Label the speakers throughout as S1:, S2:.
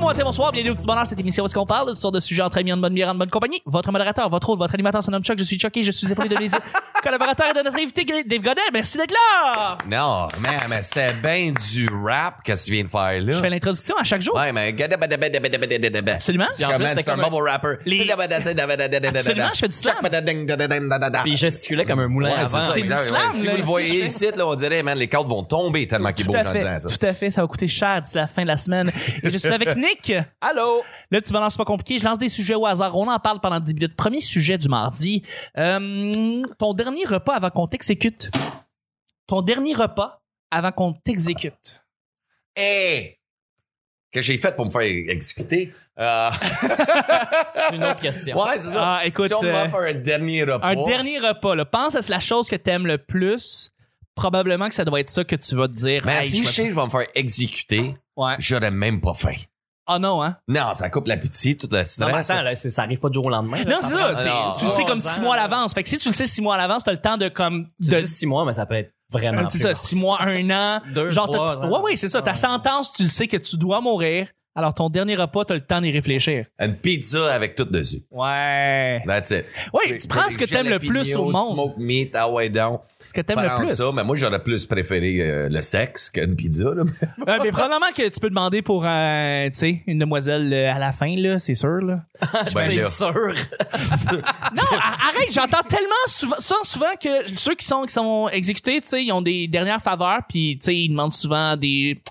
S1: matin, bonsoir, bienvenue au petit bonheur, cette émission où est-ce qu'on parle de toutes sortes de sujets entre amis, en bonne bière, en bonne compagnie. Votre modérateur, votre hôte, votre animateur, son nom Chuck, je suis Chucky, je suis épaulé de mes collaborateurs et de notre invité, Dave Godet, merci d'être là!
S2: Non, man, mais c'était bien du rap que tu viens de faire là.
S1: Je fais l'introduction à chaque jour.
S2: Ouais, mais gadabadabadabadabadabada.
S1: Absolument.
S2: Je
S1: Puis
S2: suis
S1: en
S2: comme,
S1: plus,
S2: man,
S1: c'était
S2: C'est un
S1: comme un-
S2: bubble rapper.
S1: Les- Absolument, je fais du slam.
S2: slam.
S3: Puis il gesticulait comme un moulin
S2: Ouais,
S3: à
S2: c'est
S3: vent.
S2: ça,
S1: C'est
S2: exact,
S1: du
S2: ouais.
S1: slam,
S2: Si
S1: là,
S2: vous le
S1: ici,
S2: voyez
S1: je
S2: ici, là, on dirait, man, les cordes vont tomber tellement qu'il est beau
S1: Tout à
S2: quand tu
S1: fait,
S2: dis ça.
S1: tout à fait, ça va coûter cher d'ici la fin de la semaine. Et je suis avec Nick.
S3: Allô?
S1: Le petit bonheur, c'est pas compliqué. Je lance des sujets au hasard. On en parle pendant 10 minutes. Premier sujet du mardi. Euh, ton dernier repas avant qu'on t'exécute. Ton dernier repas avant qu'on t'exécute.
S2: Hey! Que j'ai fait pour me faire exécuter. Euh,
S3: C'est une autre question.
S2: ouais, c'est ça.
S1: Ah, écoute,
S2: si on
S1: euh,
S2: m'offre un dernier repas.
S1: un dernier repas. là. Pense à la chose que t'aimes le plus. Probablement que ça doit être ça que tu vas te dire.
S2: Mais
S1: Hey,
S2: si
S1: je
S2: je
S1: me-
S2: sais que je vais me faire exécuter,
S1: Ouais.
S2: j'aurais même pas faim.
S1: Ah non, hein?
S2: Non, ça coupe l'appétit, tout le
S3: Non, mais
S2: stress.
S3: attends, là, c'est- ça arrive pas du jour au lendemain. là,
S1: Non, c'est ça.
S3: prend-
S1: c'est-
S2: non.
S1: Tu le sais comme
S3: Trois
S1: 6 mois à
S3: ans.
S1: l'avance. Fait que si tu le sais 6 mois à l'avance, t'as le temps de comme.
S3: Tu
S1: de- Ah,
S3: dis six mois, mais ça peut être vraiment.
S1: C'est ça,
S3: plus.
S1: 6 mois, 1 an.
S3: Deux,
S1: Genre,
S3: trois
S1: t'as-
S3: ans.
S1: ouais, ouais, c'est ça. Ta
S3: Ouais.
S1: sentence, tu le sais que tu dois mourir. Alors, ton dernier repas, t'as le temps d'y réfléchir.
S2: Une pizza avec tout dessus.
S1: Ouais.
S2: That's it.
S1: Ouais, tu prends ce que t'aimes le plus au monde.
S2: Smoke meat, ah ouais, donc.
S1: Ce que t'aimes
S2: Parlant
S1: le
S2: de
S1: plus.
S2: ça, mais moi, j'aurais plus préféré euh, le sexe qu'une pizza. Là.
S1: Euh, mais probablement que tu peux demander pour, euh, tu sais, une demoiselle euh, à la fin, là, c'est sûr, là.
S2: Ben,
S3: C'est
S2: là.
S3: sûr.
S1: Non, a- arrête, j'entends tellement souvent, ça souvent que ceux qui sont, qui sont exécutés, tu sais, ils ont des dernières faveurs, puis tu sais, ils demandent souvent à des,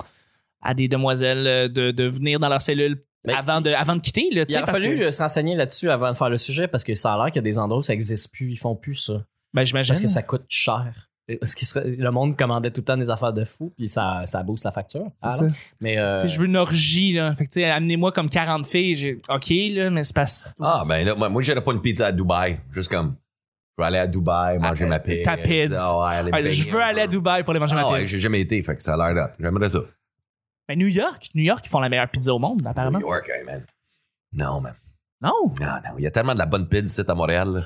S1: à des demoiselles euh, de, de venir dans leur cellule
S3: Mais-
S1: avant, de, avant de quitter, là, tu
S3: Il
S1: sais,
S3: a
S1: parce
S3: fallu
S1: que-
S3: euh, se renseigner là-dessus avant de faire le sujet parce que ça a l'air qu'il y a des endroits où ça existe plus. Ils font plus ça.
S1: Ben, j'imagine.
S3: Parce que ça coûte cher. Parce qu'il serait- le monde commandait tout le temps des affaires de fou, puis ça, ça booste la facture.
S1: C'est
S3: Alors,
S1: ça.
S3: Mais euh,
S1: Tu sais, je veux une orgie, là. Fait que, tu sais, amenez-moi comme 40 filles. J'ai, OK, là, mais c'est pas.
S2: Ah, ben là, moi, moi j'aurais pas une pizza à Dubaï. Juste comme, je vais aller à Dubaï, manger
S1: Ah,
S2: ma pizza.
S1: ta pizza.
S2: Ah ouais, aller me
S1: Ouais,
S2: baigner
S1: je veux
S2: un
S1: aller à
S2: peu.
S1: Dubaï pour aller manger
S2: Ah
S1: ma
S2: ouais,
S1: pizza.
S2: j'ai jamais été, fait que ça a l'air d'être. J'aimerais ça.
S1: Ben, New York, New York, ils font la meilleure pizza au monde, apparemment.
S2: New York, hey, man. Non, man.
S1: Non,
S2: Non, non. Il y a tellement de la bonne pizza ici à Montréal. là.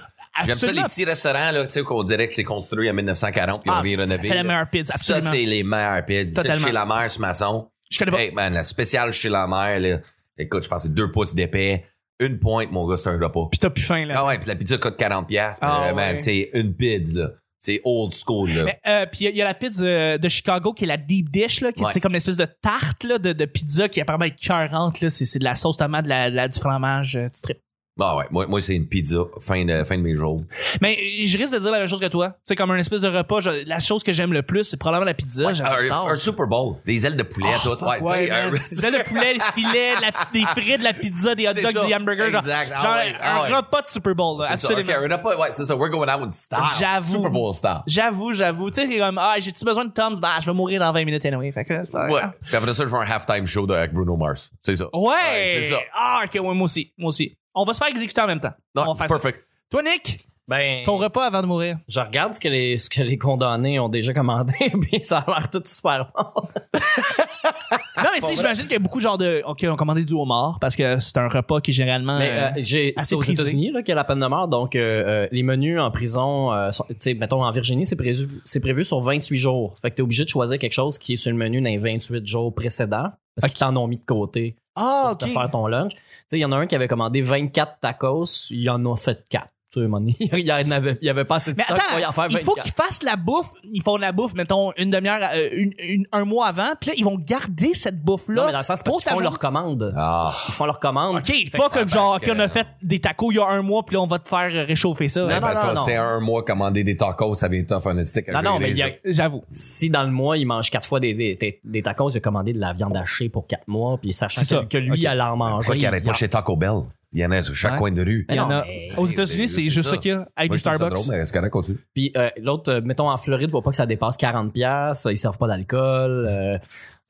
S2: J'aime ça, les
S1: absolument.
S2: petits restaurants, là, tu sais, qu'on dirait que c'est construit en 1940 puis on
S1: Ah,
S2: ont rien
S1: ça
S2: rénové.
S1: fait la
S2: là.
S1: meilleure pizza,
S2: Ça,
S1: absolument.
S2: c'est les meilleurs pizzas. C'est
S1: Totalement.
S2: chez la mère, ce maçon.
S1: je connais pas.
S2: Hey, man, la spéciale chez la mère, là, écoute, je pense que c'est deux pouces d'épais, une pointe, mon gars, c'est un repas.
S1: Puis t'as plus faim, là.
S2: Ah ouais, puis la pizza coûte 40$. piastres,
S1: Ah
S2: mais, euh, man,
S1: ouais.
S2: c'est une pizza, là. C'est old school, là.
S1: Mais, euh, puis il y a- il y, a la pizza euh, de Chicago qui est la deep dish là, qui
S2: Ouais.
S1: est tu sais, comme une espèce de tarte là, de, de pizza qui est apparemment écœurante là. C'est, c'est de la sauce tomate, de la, de la- du fromage, euh, tu tripes.
S2: Ah ouais, moi, moi c'est une pizza, fin de, fin de mes jours.
S1: Mais euh, je risque de dire la même chose que toi. Tu sais, comme un espèce de repas, je- la chose que j'aime le plus, c'est probablement la pizza.
S2: un,
S1: J'adore.
S2: un Super Bowl, des ailes de poulet,
S1: Oh,
S2: tout.
S1: fuck,
S2: Ouais, tu
S1: ouais,
S2: sais,
S1: man.
S2: un-
S1: Tu sais, le poulet, le filet, de la- des frites, de la pizza, des hot
S2: C'est
S1: dogs,
S2: ça.
S1: des hamburgers. genre-
S2: Exact. Ah
S1: genre
S2: ouais, ah
S1: un
S2: ouais.
S1: repas de Super Bowl, là,
S2: c'est ça,
S1: absolument.
S2: ok, on a pas- ouais, c'est ça, we're going out with style.
S1: J'avoue.
S2: Super Bowl style.
S1: J'avoue, j'avoue. Tu sais, c'est comme, ah, j'ai-tu besoin de Tom's? Bah, je vais mourir dans 20 minutes anyway. Fait que, c'est pas
S2: Ouais.
S1: grave.
S2: Puis après ça, je veux un halftime show de- avec Bruno Mars. C'est ça.
S1: Ouais!
S2: c'est ça.
S1: Ah, ok, ouais, moi aussi. Moi aussi. On va se faire exécuter en même temps.
S2: Non,
S1: On va faire ça.
S2: perfect.
S1: Toi, Nick,
S3: ben,
S1: ton repas avant de mourir.
S3: je regarde ce que, les, ce que les condamnés ont déjà commandé, puis ça a l'air tout super bon.
S1: Non, mais tu sais, j'imagine qu'il y a beaucoup de genre de. Ok, on commandait du homard parce que c'est un repas qui généralement.
S3: Mais euh,
S1: euh,
S3: j'ai-
S1: assez
S3: c'est aux
S1: prisé.
S3: États-Unis là, qu'il y a la peine de mort. Donc, euh, euh, les menus en prison, euh, sont- tu sais, mettons en Virginie, c'est prévu, c'est prévu sur 28 jours. Fait que t'es obligé de choisir quelque chose qui est sur le menu dans les 28 jours précédents parce qu'ils t'en ont mis de côté
S1: Ah,
S3: pour te faire ton lunch. Tu sais, il y en a un qui avait commandé 24 tacos, il en a fait 4. Tu sais, à un moment donné, il y en avait, il y avait pas assez de
S1: Mais
S3: stock pour y en faire
S1: attends,
S3: 24.
S1: il faut qu'ils fassent la bouffe. Ils font la bouffe, mettons, une demi-heure, euh, une- une- un mois avant. Puis là, ils vont garder cette bouffe-là.
S3: non, mais dans le sens, c'est parce
S1: pour
S3: qu'ils
S1: ta
S3: font
S1: journée.
S3: leur commande.
S2: Ah.
S3: Ils font leur commande.
S1: OK,
S2: que
S1: pas
S2: ça
S1: comme
S2: passe
S1: genre, OK,
S2: que-
S1: on a fait des tacos il y a un mois, puis là, on va te faire euh, réchauffer ça.
S3: Non,
S2: Mais
S1: Ouais.
S3: non,
S2: Ben, parce
S3: non,
S2: qu'on
S3: non.
S2: sait un mois commander des tacos, ça vient tough un stick. à
S3: Non, non,
S2: gérer,
S3: mais il y a-
S2: ça.
S1: J'avoue.
S3: si dans le mois, il mange quatre fois des, des, des- des tacos, il a commandé de la viande hachée pour quatre mois, puis sachant
S1: C'est
S3: que,
S1: ça.
S3: que lui,
S1: Ok.
S3: allait en manger.
S2: Pourquoi qu'il arrête
S3: il en-
S2: pas chez Taco Bell? Il y en a sur chaque
S1: Ouais.
S2: coin de rue.
S3: Mais
S1: Il y en
S3: non,
S1: a-
S3: mais-
S1: Aux États-Unis, c'est
S2: c'est
S1: juste
S2: ça.
S1: ça qu'il y a avec du
S2: Moi, je trouve ça
S1: Starbucks.
S2: drôle, mais est-ce qu'on a continué?
S3: Puis euh, l'autre, euh, mettons en Floride, faut pas que ça dépasse 40$, piastres, euh, ils servent pas d'alcool. euh,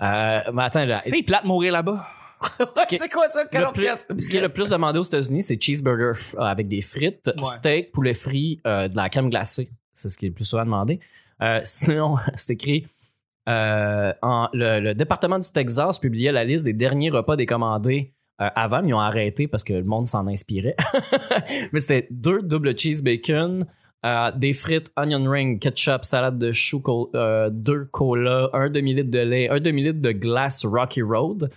S3: euh, mais attends, là,
S1: Tu sais, il est plate de mourir là-bas.
S3: qui-
S2: c'est quoi ça,
S3: le plus- ce qui est le plus demandé aux États-Unis, c'est cheeseburger f- euh, avec des frites,
S1: Ouais.
S3: steak, poulet frit, euh, de la crème glacée. C'est ce qui est le plus souvent demandé. Euh, sinon, c'est écrit. euh, en- le, le département du Texas publiait la liste des derniers repas décommandés euh, avant, mais ils ont arrêté parce que le monde s'en inspirait. mais c'était deux double cheese bacon, euh, des frites, onion ring, ketchup, salade de choux, col- euh, deux colas, un demi-litre de lait, un demi-litre de glace Rocky Road,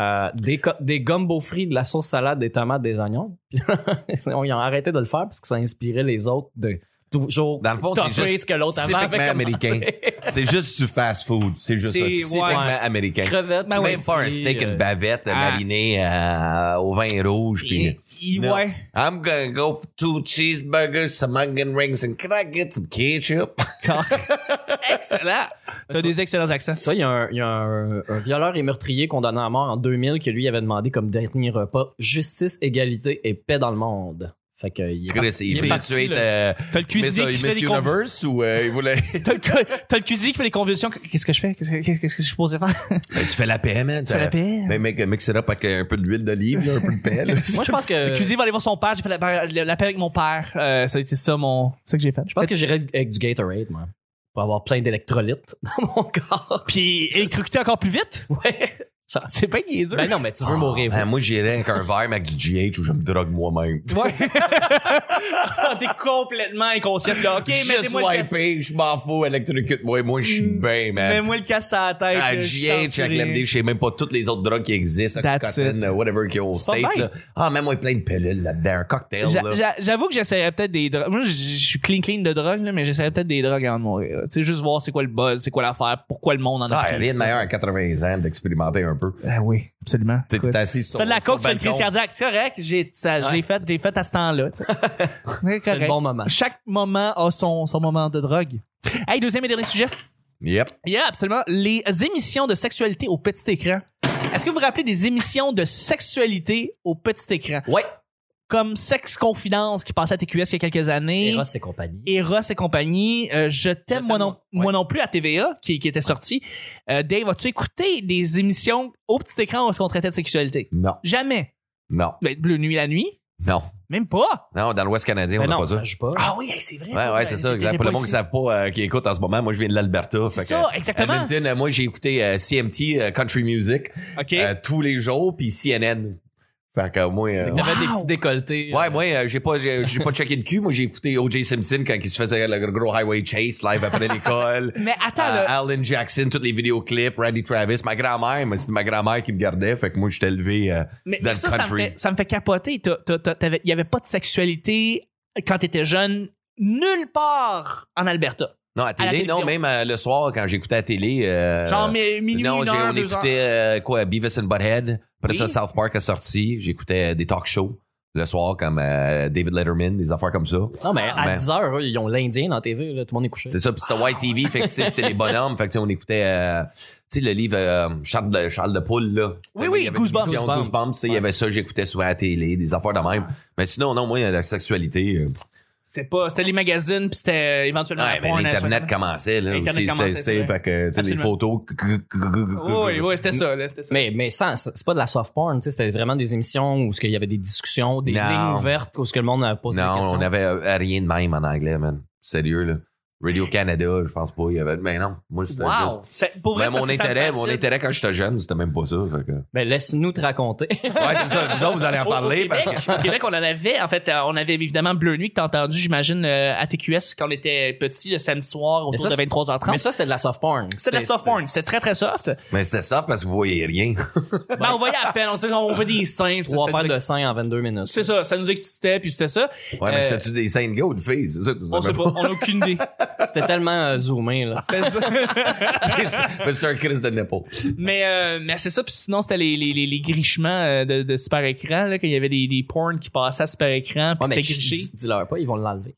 S3: euh, des, co- des gumbo frits, de la sauce salade, des tomates, des oignons. Puis, ils ont arrêté de le faire parce que ça inspirait les autres de toujours
S2: Dans le fond, c'est
S3: topper
S2: juste
S3: ce que l'autre avant avait
S2: typiquement
S3: commandé.
S2: américain. C'est juste du fast food. C'est juste
S1: C'est-
S2: ça.
S1: ouais.
S2: Typiquement américain.
S3: Crevettes,
S1: Ben Ah
S2: Même
S1: ouais,
S2: faire un
S3: puis,
S2: steak,
S3: euh,
S2: une bavette
S1: ah.
S2: marinée euh, au vin rouge. Puis,
S1: Il- il-
S2: Non.
S1: ouais.
S2: I'm gonna go for two cheeseburgers, some onion rings, and can I get some ketchup?
S1: Excellent. T'as des excellents accents.
S3: Tu vois, il y a, un, il y a un- un violeur et meurtrier condamné à mort en 2000 qui lui avait demandé comme dernier repas justice, égalité et paix dans le monde. Fait que il est
S2: Chris, il
S1: est
S2: voulait
S1: parti,
S2: tuer
S1: là.
S2: euh,
S1: T'as le
S2: Miss,
S1: cuisinier qui se fait
S2: Miss
S1: des conv-
S2: Universe ou euh, il voulait.
S1: T'as le cu- t'as le cuisinier qui fait des convulsions. Qu'est-ce que je fais? Qu'est-ce que, qu'est-ce que je suis supposé faire?
S2: Ben, tu fais la paix, man. Tu
S1: fais la paix.
S2: Ben, mec, mix it up avec un peu d'huile d'olive, là, un peu de paix. là.
S3: Moi, je pense que
S1: Le cuisinier va aller voir son père. J'ai fait la- la- l'appel avec mon père. Euh, ça a été ça, mon. C'est ça que j'ai fait.
S3: je pense que j'irais avec du Gatorade, moi, pour avoir plein d'électrolytes dans mon corps.
S1: Puis électrocuté encore plus vite.
S3: Ouais.
S1: C'est pas niaiseux.
S3: Ben non, mais tu veux
S2: Ah,
S3: mourir.
S2: ben, moi, j'irais avec un verre, mais avec du GH où je me drogue moi-même.
S1: Ouais. Ah, T'es complètement inconscient. Puis Là, ok,
S2: Juste
S1: mettez-moi le casse.
S2: wipé, je m'en fous, électrocute-moi. Moi, je suis bien, man.
S1: Mets-moi le casse à la tête.
S2: À
S1: là, Mm. je
S2: GH,
S1: chante
S2: avec
S1: rien.
S2: l'MD, je sais même pas toutes les autres drogues qui existent,
S1: That's
S2: Oxycontin,
S1: it.
S2: euh, whatever qu'il y a aux
S1: C'est pas
S2: States.
S1: bien.
S2: Là. Ah, même moi, plein de pilules là-dedans, un cocktail.
S1: J'a-
S2: Là.
S1: j'a- J'avoue que j'essaierais peut-être des drogues. Moi, je je suis clean clean de drogue, là, mais j'essaierais peut-être des drogues avant de mourir. là. Tu sais, juste voir c'est quoi le buzz, c'est quoi l'affaire, pourquoi le monde en a
S2: Ah,
S1: pris.
S2: rien de meilleur à 80 ans d'expérimenter un peu.
S1: Ah oui, absolument.
S2: Tu sais,
S1: Écoute,
S2: T'es assis sur
S1: T'as de la
S2: sur
S1: coke, tu fais une crise
S2: balcon.
S1: cardiaque. C'est correct, j'ai, ça, je
S3: Ouais.
S1: l'ai fait, j'ai fait à ce temps-là. tu sais. C'est
S3: C'est le
S1: correct.
S3: bon moment.
S1: Chaque moment a son, son moment de drogue. Hey, deuxième et dernier sujet.
S2: Yep.
S1: Il y a absolument les émissions de sexualité au petit écran. Est-ce que vous vous rappelez des émissions de sexualité au petit écran?
S3: Ouais.
S1: Comme Sex Confidence qui passait à TQS il y a quelques années.
S3: Eros et compagnie.
S1: Eros et compagnie, euh, je t'aime
S3: t'aime,
S1: moi non
S3: moi.
S1: moi non plus à TVA qui, qui était sorti. Euh, Dave, as-tu écouté des émissions au petit écran où est-ce qu'on traitait de sexualité
S2: Non,
S1: Jamais.
S2: non,
S1: Ben, Bleu nuit la nuit,
S2: non.
S1: même pas.
S2: Non, dans l'Ouest canadien,
S3: Mais
S2: on n'a
S3: Ben non,
S2: pas ça.
S3: ça joue pas.
S1: Ah oui, hey, c'est vrai.
S2: Ouais, ouais, c'est ça. exact. Pour le monde qui ne savent pas, euh, qui écoute en ce moment, moi, je viens de l'Alberta.
S1: C'est
S2: fait que,
S1: ça, exactement.
S2: Edmonton, euh, moi, j'ai écouté euh, CMT, euh, Country Music,
S1: OK.
S2: euh, tous les jours, puis CNN. Fait que moi... euh,
S3: T'avais des
S1: Wow.
S3: petits décolletés.
S2: Ouais, moi, euh, j'ai pas, j'ai j'ai pas checké le cul. Moi, j'ai écouté O.J. Simpson quand il se faisait le gros highway chase live après l'école.
S1: Mais attends,
S2: Euh,
S1: là.
S2: Alan Jackson, tous les vidéoclips, Randy Travis, ma grand-mère, mais c'est ma grand-mère qui me gardait, fait que moi j'étais élevé euh,
S1: Mais,
S2: dans
S1: mais
S2: le
S1: ça, ça me,
S2: country.
S1: fait, ça me fait capoter. T'as- t'as- t'as- t'avais- Il n'y avait pas de sexualité quand tu étais jeune, nulle part en Alberta.
S2: Non, à
S1: la
S2: télé, non,
S1: télévision.
S2: même euh, le soir quand j'écoutais la télé. euh,
S1: Genre mais, minuit,
S2: non,
S1: une
S2: j'ai-
S1: heure,
S2: on
S1: deux heures.
S2: écoutait euh, quoi, Beavis and Butthead. Après
S1: Oui.
S2: ça, South Park a sorti. J'écoutais euh, des talk shows le soir comme euh, David Letterman, des affaires comme ça.
S3: Non, mais à
S2: Ben.
S3: 10 heures, eux, ils ont l'Indien dans la TV, là, tout le monde est couché.
S2: C'est ça, puis c'était White TV, fait que tu sais, c'était les bonhommes, fait que tu sais, on écoutait euh, tu sais le livre euh, Charles de Charles de Poule là. Tu
S1: Oui,
S2: sais, il
S1: oui,
S2: y avait
S1: Goosebumps.
S2: une émission
S3: Goosebumps.
S2: Goosebumps, tu sais, il y avait ça, j'écoutais souvent à la télé, des affaires de même. Mais sinon non, moi la sexualité euh,
S1: C'était pas, c'était les magazines, puis c'était euh, éventuellement
S2: ouais,
S1: la
S2: mais
S1: porn,
S2: l'internet
S1: la-
S2: commençait là,
S1: Internet
S2: aussi,
S1: commençait,
S2: c'est-
S1: c'est
S2: c'est
S1: vrai.
S2: fait que tu sais les
S1: Absolument.
S2: photos
S1: Oui, oui, c'était ça, là, c'était ça.
S3: Mais, mais sans, c'est pas de la soft porn, tu sais, c'était vraiment des émissions où ce qu'il y avait des discussions, des
S2: Non.
S3: lignes ouvertes où ce que le monde a posé des
S2: Non,
S3: questions.
S2: on avait euh, rien de même en anglais, man. Sérieux là. Radio Canada, je pense pas, il y avait mais non, moi c'était juste
S1: wow! C'est- Pour vrai,
S2: mais
S1: c'est parce
S2: mon
S1: que ça me
S2: intérêt, mon
S1: fascine.
S2: intérêt quand j'étais jeune, c'était même pas ça. fait que-
S3: Ben, laisse-nous te raconter.
S2: Ouais, c'est ça. Vous autres, vous allez en
S1: Au- au
S2: parler
S1: Québec,
S2: parce que
S1: Au Québec, on en avait. En fait, euh, on avait évidemment Bleu Nuit que t'as entendu, j'imagine, euh, à TQS quand on était petit le samedi soir
S3: Mais
S1: autour de
S3: ça, c'est-
S1: 23h30.
S3: mais ça, c'était de la soft porn.
S1: C'est de la soft porn, c'est très très soft.
S2: Mais c'était soft parce que vous voyez rien.
S1: Ben, on voyait à peine, on sait qu'on voit des seins. pis ça-
S3: Trois
S1: ça
S3: paires
S1: nous-
S3: de seins en 22 minutes.
S1: C'est ça, ça nous excitait, puis c'était ça.
S2: Ouais, mais
S1: Euh,
S2: c'était-tu des scènes gars ou de filles? C'est ça que tu
S1: On
S2: savais
S1: sait pas, on a aucune idée.
S3: C'était tellement euh, zoomé, là.
S1: C'était ça.
S2: mais c'est un crise de nipple.
S1: mais euh, mais c'est ça, puis sinon, c'était les, les, les, les grichements euh, de, de super écran, là, quand il y avait des, des porns qui passaient à super écran, puis
S3: Ouais, mais
S1: c'était
S3: chut,
S1: griché.
S3: dis- dis-leur pas, ils vont l'enlever.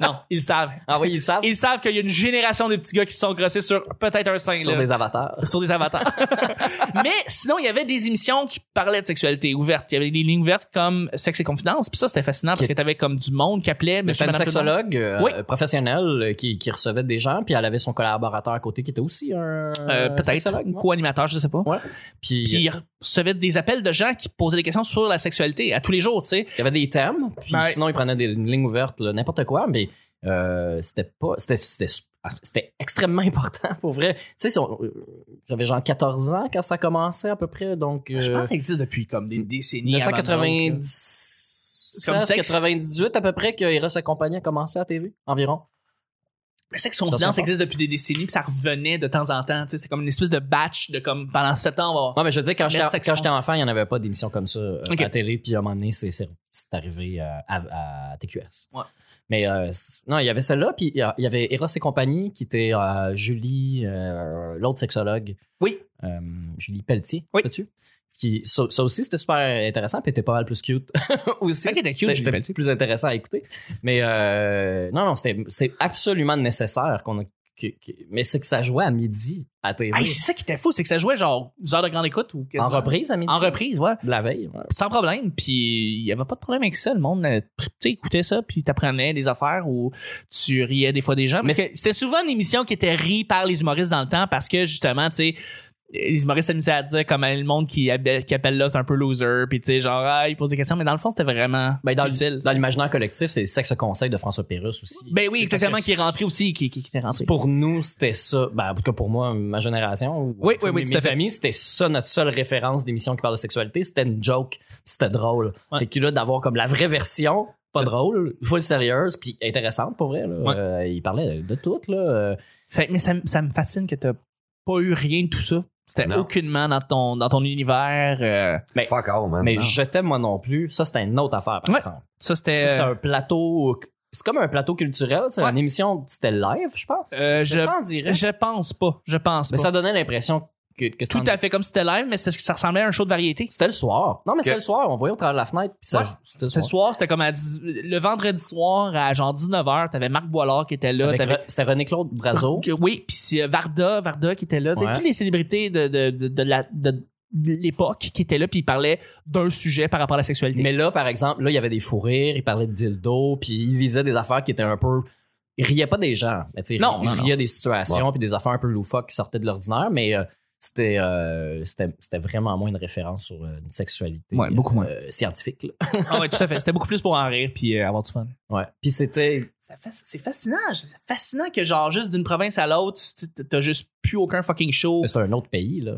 S1: Non, ils le savent.
S3: Ah oui, ils le savent.
S1: Ils savent qu'il y a une génération de petits gars qui se sont grossés sur peut-être un sein.
S3: Sur
S1: là.
S3: des avatars.
S1: sur des avatars. Mais sinon, il y avait des émissions qui parlaient de sexualité ouverte. Il y avait des lignes ouvertes comme Sexe et Confidence. Puis ça, c'était fascinant parce que t'avais comme du monde qui appelait.
S3: Mais
S1: monsieur,
S3: c'était une
S1: madame, tout le monde.
S3: sexologue euh,
S1: Oui.
S3: professionnelle euh, qui, qui recevait des gens, puis elle avait son collaborateur à côté qui était aussi un
S1: Euh,
S3: sexologue.
S1: Peut-être.
S3: non?
S1: Ou co-animateur, je sais pas.
S3: Ouais. Puis
S1: Puis
S3: il
S1: il recevait des appels de gens qui posaient des questions sur la sexualité à tous les jours, tu sais.
S3: y avait des thèmes, puis
S1: Ouais.
S3: sinon il prenait des lignes ouvertes, là, n'importe quoi, mais euh, c'était pas. C'était, c'était, ah, c'était extrêmement important pour vrai. Tu sais, si on- euh, j'avais genre 14 ans quand ça commençait à peu près, donc.
S1: Ben, Je
S3: euh,
S1: pense que ça existe depuis comme des décennies. avant nous autres, là.
S3: 1990
S1: Comme sexe.
S3: 98 à peu près que Eros et compagnie a commencé à TV environ.
S1: Mais c'est que son silence existe depuis des décennies, puis ça revenait de temps en temps. tu sais, C'est comme une espèce de batch de comme pendant sept ans, on va avoir-
S3: Non, mais je veux dire, quand j'étais
S1: Mettre section.
S3: quand j'étais enfant, il n'y en avait pas d'émission comme ça euh,
S1: Ok.
S3: à télé, puis à un moment donné, c'est c'est- c'est arrivé euh, à, à TQS.
S1: Ouais.
S3: Mais euh, c'est- non, il y avait celle-là, puis il y a- il y avait Eros et compagnie, qui était euh, Julie, euh, l'autre sexologue.
S1: Oui.
S3: Euh, Julie Pelletier,
S1: Oui.
S3: tu qui, ça, ça aussi, c'était super intéressant, puis était pas mal plus cute aussi.
S1: C'est vrai qu'elle était cute,
S3: C'était-
S1: Julie
S3: c'était
S1: Pelletier.
S3: plus intéressant à écouter. Mais euh, non, non, c'était c'est absolument nécessaire qu'on a- que- que- mais c'est que ça jouait à midi à TV.
S1: Hey, c'est ça qui était fou, c'est que ça jouait genre 12 heures de grande écoute ou
S3: Eh en
S1: quasiment-
S3: reprise à midi.
S1: En reprise, ouais.
S3: De la veille. ouais.
S1: Sans problème, puis il y avait pas de problème avec ça. Le monde euh, tu sais, écoutait ça, puis t'apprenais des affaires ou tu riais des fois des gens. Parce
S3: Mais
S1: que c'était souvent une émission qui était rie par les humoristes dans le temps parce que justement, tu sais, les humoristes s'amusaient à dire comme euh, le monde qui, appelle- qui appelle là, c'est un peu loser, puis tu sais, genre, ah, ils posent des questions, mais dans le fond, c'était vraiment
S3: Ben, dans,
S1: utile.
S3: dans l'imaginaire collectif, c'est Sexe Conseil de François Pérusse aussi.
S1: Ben oui,
S3: C'est
S1: exactement,
S3: parce
S1: qui
S3: que
S1: est rentré aussi, qui, qui, qui était rentré.
S3: Pour nous, c'était ça. Ben, en tout cas, pour moi, ma génération, ou
S1: Oui,
S3: en tout cas,
S1: oui, oui,
S3: mes,
S1: tout à
S3: mes
S1: fait.
S3: amis, c'était ça notre seule référence d'émission qui parle de sexualité. C'était une joke, puis c'était drôle.
S1: Ouais.
S3: Fait que là, d'avoir comme la vraie version, pas
S1: Parce-
S3: drôle, full sérieuse, puis intéressante pour vrai. Là.
S1: Ouais.
S3: Euh, il parlait de tout. Là. Euh,
S1: Fait- mais ça, m- ça me fascine que t'as pas eu rien de tout ça. C'était
S2: Non.
S1: aucunement dans ton, dans ton univers. euh,
S2: Fuck all, man.
S3: mais
S2: Non.
S3: Je t'aime, moi non plus. Ça, c'était une autre affaire, par
S1: Ouais.
S3: exemple.
S1: ça,
S3: Ça,
S1: c'était.
S3: C'était un plateau. C'est comme un plateau culturel, tu sais,
S1: Ouais.
S3: une émission, c'était live, je pense.
S1: Euh,
S3: C'était
S1: je-
S3: ça en direct?
S1: Je pense pas. Je pense
S3: Mais
S1: pas.
S3: ça donnait l'impression que, que c'était
S1: tout
S3: en
S1: à fait comme si c'était live, mais c'est- ça ressemblait à un show de variété.
S3: C'était le soir. Non, mais c'était
S2: Que-
S3: le soir. On voyait au travers de la fenêtre. Puis ça,
S1: Ouais.
S3: c'était le
S1: Ce
S3: soir.
S1: soir, c'était comme à dix- le vendredi soir à genre 19h, t'avais Marc Boilard qui était là,
S3: Avec
S1: t'avais
S3: Re- C'était René-Claude Brazo.
S1: Que- Oui, puis c'est, euh, Varda, Varda qui était là, t'sais,
S3: Ouais.
S1: toutes les célébrités de, de, de, de la- de- de l'époque qui étaient là, puis ils parlaient d'un sujet par rapport à la sexualité.
S3: Mais là, par exemple, là, il y avait des fous rires. Il parlait de dildo. Puis il lisait des affaires qui étaient un peu. Il riait pas des gens. Mais tu sais,
S1: Non,
S3: il
S1: non,
S3: riait des situations. Puis des affaires un peu loufoques qui sortaient de l'ordinaire. Mais euh, c'était euh, c'était c'était vraiment moins une référence sur euh, une sexualité
S1: Ouais, beaucoup moins.
S3: euh, scientifique. là.
S1: Ah ouais, tout à fait. C'était beaucoup plus pour en rire puis euh, avoir du fun.
S3: Ouais. Puis c'était.
S1: Ça fait- C'est fascinant. C'est fascinant que genre juste d'une province à l'autre, t- t'as juste plus aucun fucking show.
S3: C'était un autre pays, là.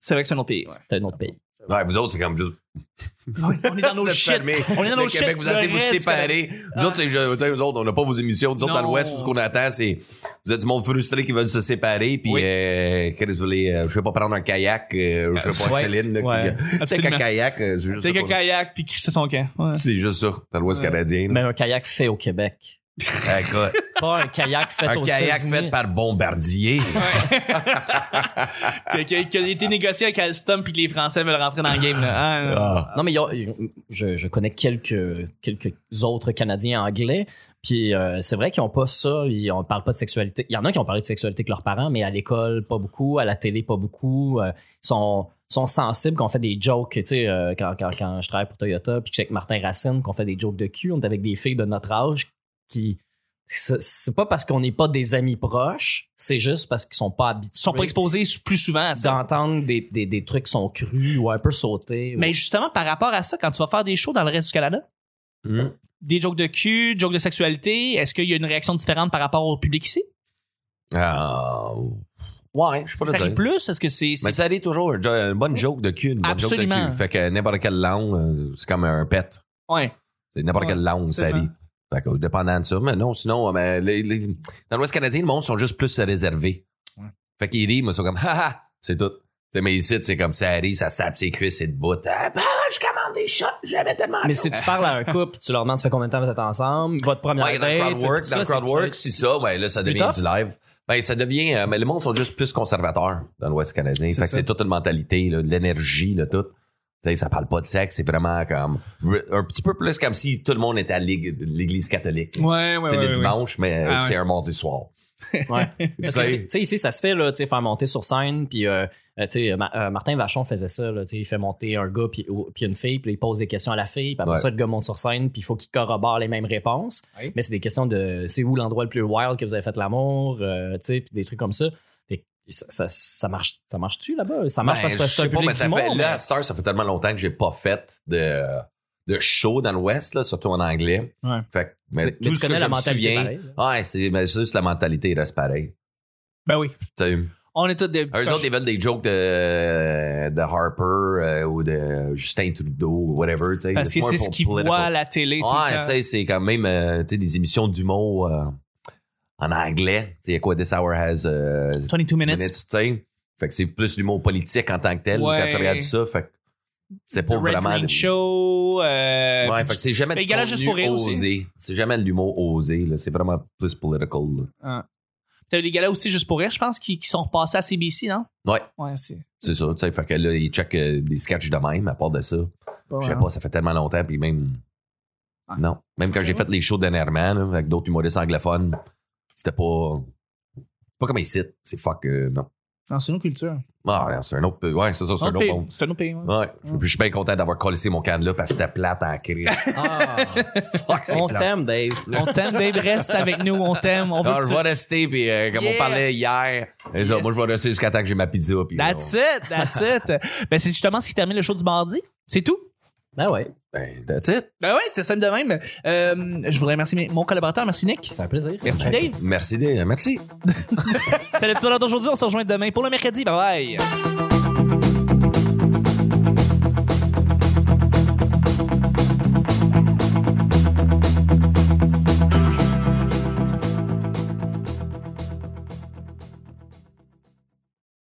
S1: C'est vrai que c'est un autre pays. ouais.
S3: C'était un autre pays.
S2: Ouais, vous autres, c'est comme juste.
S1: On est dans nos
S2: Vous êtes
S1: shit.
S2: fermés.
S1: On est dans
S2: le
S1: nos
S2: Québec,
S1: shit.
S2: vous
S1: Le
S2: allez vous
S1: reste,
S2: séparer. Nous
S1: Ah.
S2: autres, c'est- je- c'est- nous autres, on n'a pas vos émissions. Nous autres, dans
S1: Non.
S2: l'Ouest, tout ce qu'on attend, c'est. Vous êtes du monde frustré qui veulent se séparer, puis
S1: Oui.
S2: euh, qu'est-ce que vous voulez, euh, je sais pas prendre un kayak, euh, je sais pas,
S1: Ouais.
S2: Céline, là,
S1: Ouais,
S2: qui- Take
S1: absolument.
S2: a kayak, euh, c'est juste
S1: Take
S2: ça
S1: a
S2: qu'on-
S1: kayak puis crisser son camp. Ouais.
S2: C'est juste ça, dans l'Ouest
S1: Ouais.
S2: canadien.
S3: Mais un kayak fait au Québec.
S2: Ah, quoi.
S3: Pas un kayak fait
S2: un
S3: aux
S2: kayak
S3: États-Unis.
S2: fait par Bombardier.
S1: qui, qui- qui a été négocié avec Alstom puis que les Français veulent rentrer dans le game. Là. Ah,
S2: Ah.
S3: Non, mais il y a- je, je connais quelques, quelques autres Canadiens anglais, puis euh, c'est vrai qu'ils n'ont pas ça, ils ne parlent pas de sexualité. Il y en a qui ont parlé de sexualité avec leurs parents, mais à l'école, pas beaucoup, à la télé, pas beaucoup. euh, ils sont, sont sensibles, qu'on fait des jokes, tu sais, euh, quand, quand, quand je travaille pour Toyota, puis que je suis avec Martin Racine, qu'on fait des jokes de cul, on est avec des filles de notre âge qui... C'est c'est pas parce qu'on n'est pas des amis proches, c'est juste parce qu'ils sont pas habitués
S1: Ils sont pas exposés plus souvent à ça.
S3: d'entendre des, des, des trucs qui sont crus ou un peu sautés. ou-
S1: Mais justement, par rapport à ça, quand tu vas faire des shows dans le reste du Canada,
S2: Hum.
S1: des jokes de cul, jokes de sexualité, est-ce qu'il y a une réaction différente par rapport au public ici?
S2: Ah. Ouais, je sais pas
S1: Ça
S2: le
S1: rit
S2: dire.
S1: plus? Est-ce que c'est... c'est-
S2: Mais ça rit toujours. Une jo- une bonne joke de cul, une bonne joke
S1: Absolument.
S2: de cul. Fait que n'importe quelle langue, euh, c'est comme un pet.
S1: Ouais.
S2: C'est n'importe
S1: Ouais,
S2: quelle langue, ça
S1: absolument.
S2: rit. Fait que, dépendant de ça. Mais non, sinon, euh, mais les- les- dans l'Ouest canadien, le monde sont juste plus réservés.
S1: Ouais.
S2: Fait qu'ils rient, mais ils sont comme, ha ha, c'est tout. T'sais, mais ici, c'est comme ça rit, ça se tape ses cuisses et de bout. Ah, bah, je commande des shots, j'avais tellement
S3: Mais
S2: hâte.
S3: si tu parles à un couple et tu leur demandes ça fait combien de temps vous êtes ensemble, votre première
S2: Ouais, dans le
S3: date,
S2: crowd work,
S3: tout
S2: dans le
S3: ben, ça,
S2: crowd
S3: c'est-
S2: work, c'est ça, ouais, là, ça
S3: c'est plus
S2: devient
S3: tough.
S2: du live. Ben, ça devient, euh, mais le monde sont juste plus conservateurs dans l'Ouest canadien.
S1: C'est
S2: Fait que
S1: ça.
S2: c'est toute une mentalité, là, de l'énergie, là, tout. Tu sais, ça parle pas de sexe, c'est vraiment comme, un petit peu plus comme si tout le monde était à l'ég- l'église catholique.
S1: Ouais, ouais,
S2: c'est
S1: ouais,
S2: le
S1: ouais.
S2: dimanche, mais euh,
S1: Ah,
S2: c'est un mardi soir.
S3: Ouais. Parce que, tu sais- tu sais, ici, ça se fait, là, tu sais, faire monter sur scène, puis, euh, euh, tu sais, Ma- euh, Martin Vachon faisait ça, là, tu sais, il fait monter un gars puis, ou- puis une fille, puis il pose des questions à la fille, puis après
S2: Ouais.
S3: ça, le gars monte sur scène, puis il faut qu'il corrobore les mêmes réponses.
S1: Ouais.
S3: Mais c'est des questions de c'est où l'endroit le plus wild que vous avez fait l'amour, euh, tu sais, puis des trucs comme ça. Fait que Ça, ça, ça marche ça marche-tu là-bas? Ça marche
S2: Ben,
S3: parce que
S2: je
S3: c'est un
S2: sais pas,
S3: public
S2: mais ça
S3: du
S2: fait,
S3: monde, hein.
S2: là,
S3: mais-
S2: à cette heure, ça fait tellement longtemps que j'ai pas fait de, de show dans l'Ouest, là, surtout en anglais.
S1: Ouais.
S2: Fait que, mais,
S3: mais
S2: tout
S3: tu
S2: ce que
S3: connais
S2: je
S3: la
S2: me
S3: mentalité
S2: souviens,
S3: pareil, là.
S2: ouais, c'est mais c'est juste la mentalité reste pareille.
S1: Ben oui.
S2: Tu sais, Eux
S1: On est tous des...
S2: autres, ils veulent des jokes de, de Harper euh, ou de Justin Trudeau ou whatever. tu sais.
S1: Parce que
S2: more
S1: c'est ce
S2: pour
S1: qu'ils voient à
S2: political.
S1: la télé. tout le
S2: Ouais,
S1: temps.
S2: tu sais, c'est quand même euh, tu sais, des émissions d'humour. euh, en anglais. Tu sais, il y a quoi, This Hour Has euh,
S1: 22 minutes.
S2: Minutes, tu sais. Fait que c'est plus l'humour politique en tant que tel
S1: Ouais.
S2: quand tu regardes ça. Fait que c'est pas
S1: The Red
S2: vraiment.
S1: Green Show. euh,
S2: Ouais, fait que c'est jamais
S1: Mais
S2: du
S1: il y en a juste
S2: contenu
S1: pour rire aussi.
S2: osé. C'est jamais de l'humour osé. là. C'est vraiment plus political. là.
S1: T'as eu les galas aussi juste pour rire, je pense, qui, qui sont repassés à CBC, non?
S2: Ouais,
S1: Ouais, c'est.
S2: c'est ça. tu sais. Fait que là, ils checkent euh, des sketchs de même à part de ça. Je sais pas, ça fait tellement longtemps, puis même.
S1: hein? Ouais.
S2: Non. Même quand j'ai fait les shows dernièrement, là, avec d'autres humoristes anglophones, c'était pas. Pas comme ici. C'est fuck, euh, non.
S1: Non, c'est une culture.
S2: Ah, non, c'est un autre. Ouais, c'est ça, c'est
S1: C'est
S2: un
S1: un
S2: autre monde.
S1: pays. C'est un autre pays, ouais.
S2: Ouais. Puis je suis bien content d'avoir collé mon canne là parce que c'était plate en crise.
S3: Ah,
S2: Fuck, c'est
S3: on
S2: plate.
S3: t'aime, Dave.
S1: On t'aime, Dave, reste avec nous, on t'aime. On veut
S2: Alors,
S1: que
S2: je
S1: tu-
S2: vais rester, puis euh, comme
S1: Yeah.
S2: on parlait hier, et ça,
S1: Yeah.
S2: moi, je vais rester jusqu'à temps que j'ai ma pizza. Puis,
S1: That's
S2: euh,
S1: it, that's it. ben, c'est justement ce qui termine le show du mardi. C'est tout.
S3: Ben ouais,
S2: ben, that's it.
S1: Ben oui, c'est simple de même. Euh, je voudrais remercier mes- mon collaborateur. Merci, Nick.
S3: c'est un plaisir.
S1: Merci, Dave.
S2: Merci, Dave. Merci.
S1: C'était l'épisode d'aujourd'hui. On se rejoint demain pour le mercredi. Bye bye.